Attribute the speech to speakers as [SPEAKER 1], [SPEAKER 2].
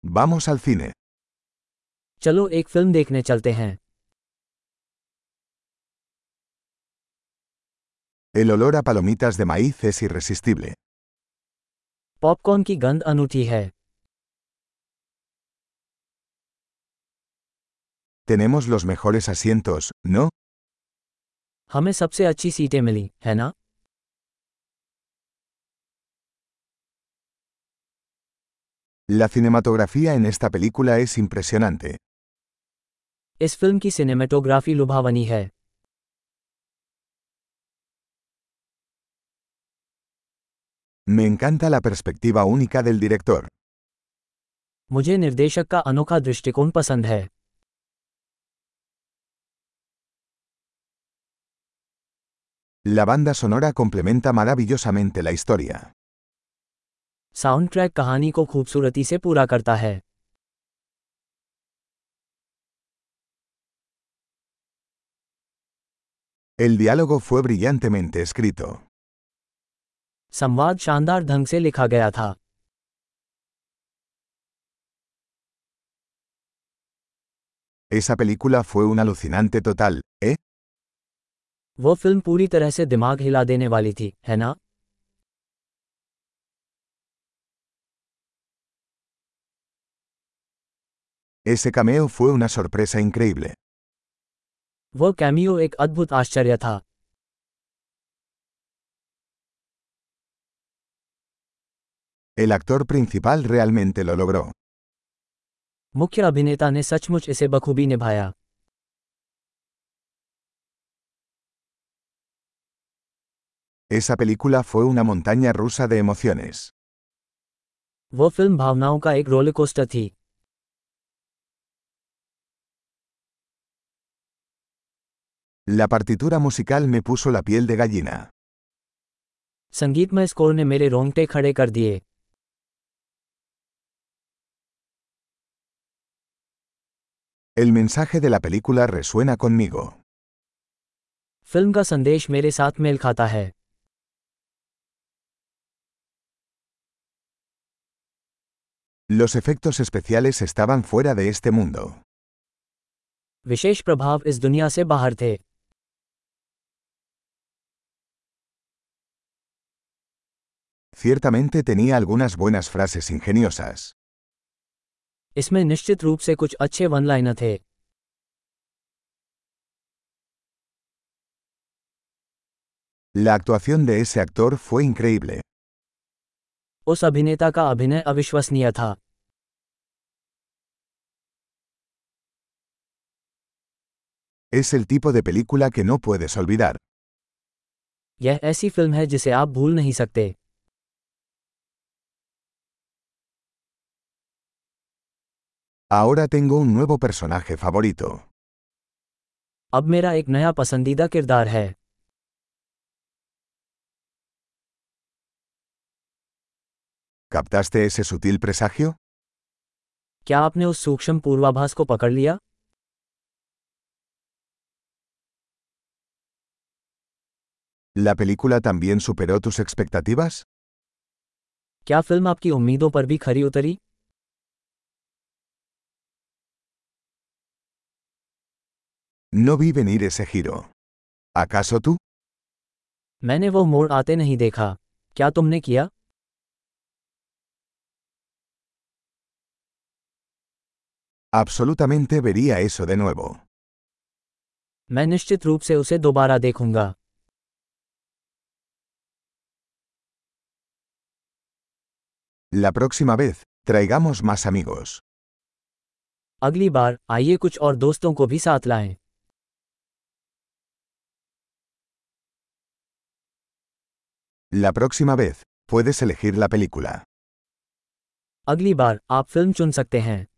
[SPEAKER 1] Vamos al cine.
[SPEAKER 2] चलो एक फिल्म देखने चलते हैं
[SPEAKER 1] El olor a palomitas de maíz es irresistible.
[SPEAKER 2] पॉपकॉर्न की गंध अनूठी है
[SPEAKER 1] Tenemos los mejores asientos, ¿no?
[SPEAKER 2] हमें सबसे अच्छी सीटें मिली है ना
[SPEAKER 1] La cinematografía en esta película es impresionante.
[SPEAKER 2] इस फिल्म की सिनेमेटोग्राफी लुभावनी है
[SPEAKER 1] Me encanta la perspectiva única del director.
[SPEAKER 2] मुझे निर्देशक का अनोखा दृष्टिकोण पसंद है
[SPEAKER 1] La banda sonora complementa maravillosamente la historia.
[SPEAKER 2] साउंड ट्रैक कहानी को खूबसूरती से पूरा करता है
[SPEAKER 1] El diálogo fue brillantemente escrito.
[SPEAKER 2] संवाद शानदार ढंग से लिखा गया था
[SPEAKER 1] Esa película fue un alucinante total, ¿eh?
[SPEAKER 2] वो फिल्म पूरी तरह से दिमाग हिला देने वाली थी है ना
[SPEAKER 1] Ese cameo fue una sorpresa increíble.
[SPEAKER 2] वो कैमियो एक अद्भुत आश्चर्य था
[SPEAKER 1] El actor principal realmente lo logró.
[SPEAKER 2] मुख्य अभिनेता ने सचमुच इसे बखूबी निभाया
[SPEAKER 1] Esa película fue una montaña rusa de emociones.
[SPEAKER 2] वो फिल्म भावनाओं का एक रोलकोस्टर थी
[SPEAKER 1] La partitura musical me puso la piel de gallina.
[SPEAKER 2] संगीतमय स्कोर ने मेरे रोंगटे खड़े कर दिए
[SPEAKER 1] El mensaje de la película resuena conmigo.
[SPEAKER 2] फिल्म का संदेश मेरे साथ मेल खाता है
[SPEAKER 1] Los efectos especiales estaban fuera de este mundo.
[SPEAKER 2] विशेष प्रभाव इस दुनिया से बाहर थे
[SPEAKER 1] Ciertamente tenía algunas buenas frases ingeniosas.
[SPEAKER 2] इसमें निश्चित रूप से कुछ अच्छे वन लाइनर थे
[SPEAKER 1] La actuación de ese actor fue increíble.
[SPEAKER 2] उस अभिनेता का अभिनय अविश्वसनीय था
[SPEAKER 1] Es el tipo de película que no puedes olvidar.
[SPEAKER 2] यह ऐसी फिल्म है जिसे आप भूल नहीं सकते
[SPEAKER 1] Ahora tengo un nuevo personaje favorito.
[SPEAKER 2] अब मेरा एक नया पसंदीदा किरदार है
[SPEAKER 1] ¿Captaste ese sutil presagio?
[SPEAKER 2] क्या आपने उस सूक्ष्म पूर्वाभास को पकड़ लिया
[SPEAKER 1] ¿La película también superó tus expectativas?
[SPEAKER 2] क्या फिल्म आपकी उम्मीदों पर भी खरी उतरी
[SPEAKER 1] No vi venir ese giro. ¿Acaso tú?
[SPEAKER 2] मैंने वो मोड़ आते नहीं देखा क्या तुमने किया
[SPEAKER 1] Absolutamente vería eso de nuevo.
[SPEAKER 2] मैं निश्चित रूप से उसे दोबारा देखूंगा
[SPEAKER 1] La próxima vez, traigamos más amigos.
[SPEAKER 2] अगली बार आइए कुछ और दोस्तों को भी साथ लाएं
[SPEAKER 1] La próxima vez, puedes elegir la película.
[SPEAKER 2] अगली बार आप फिल्म चुन सकते हैं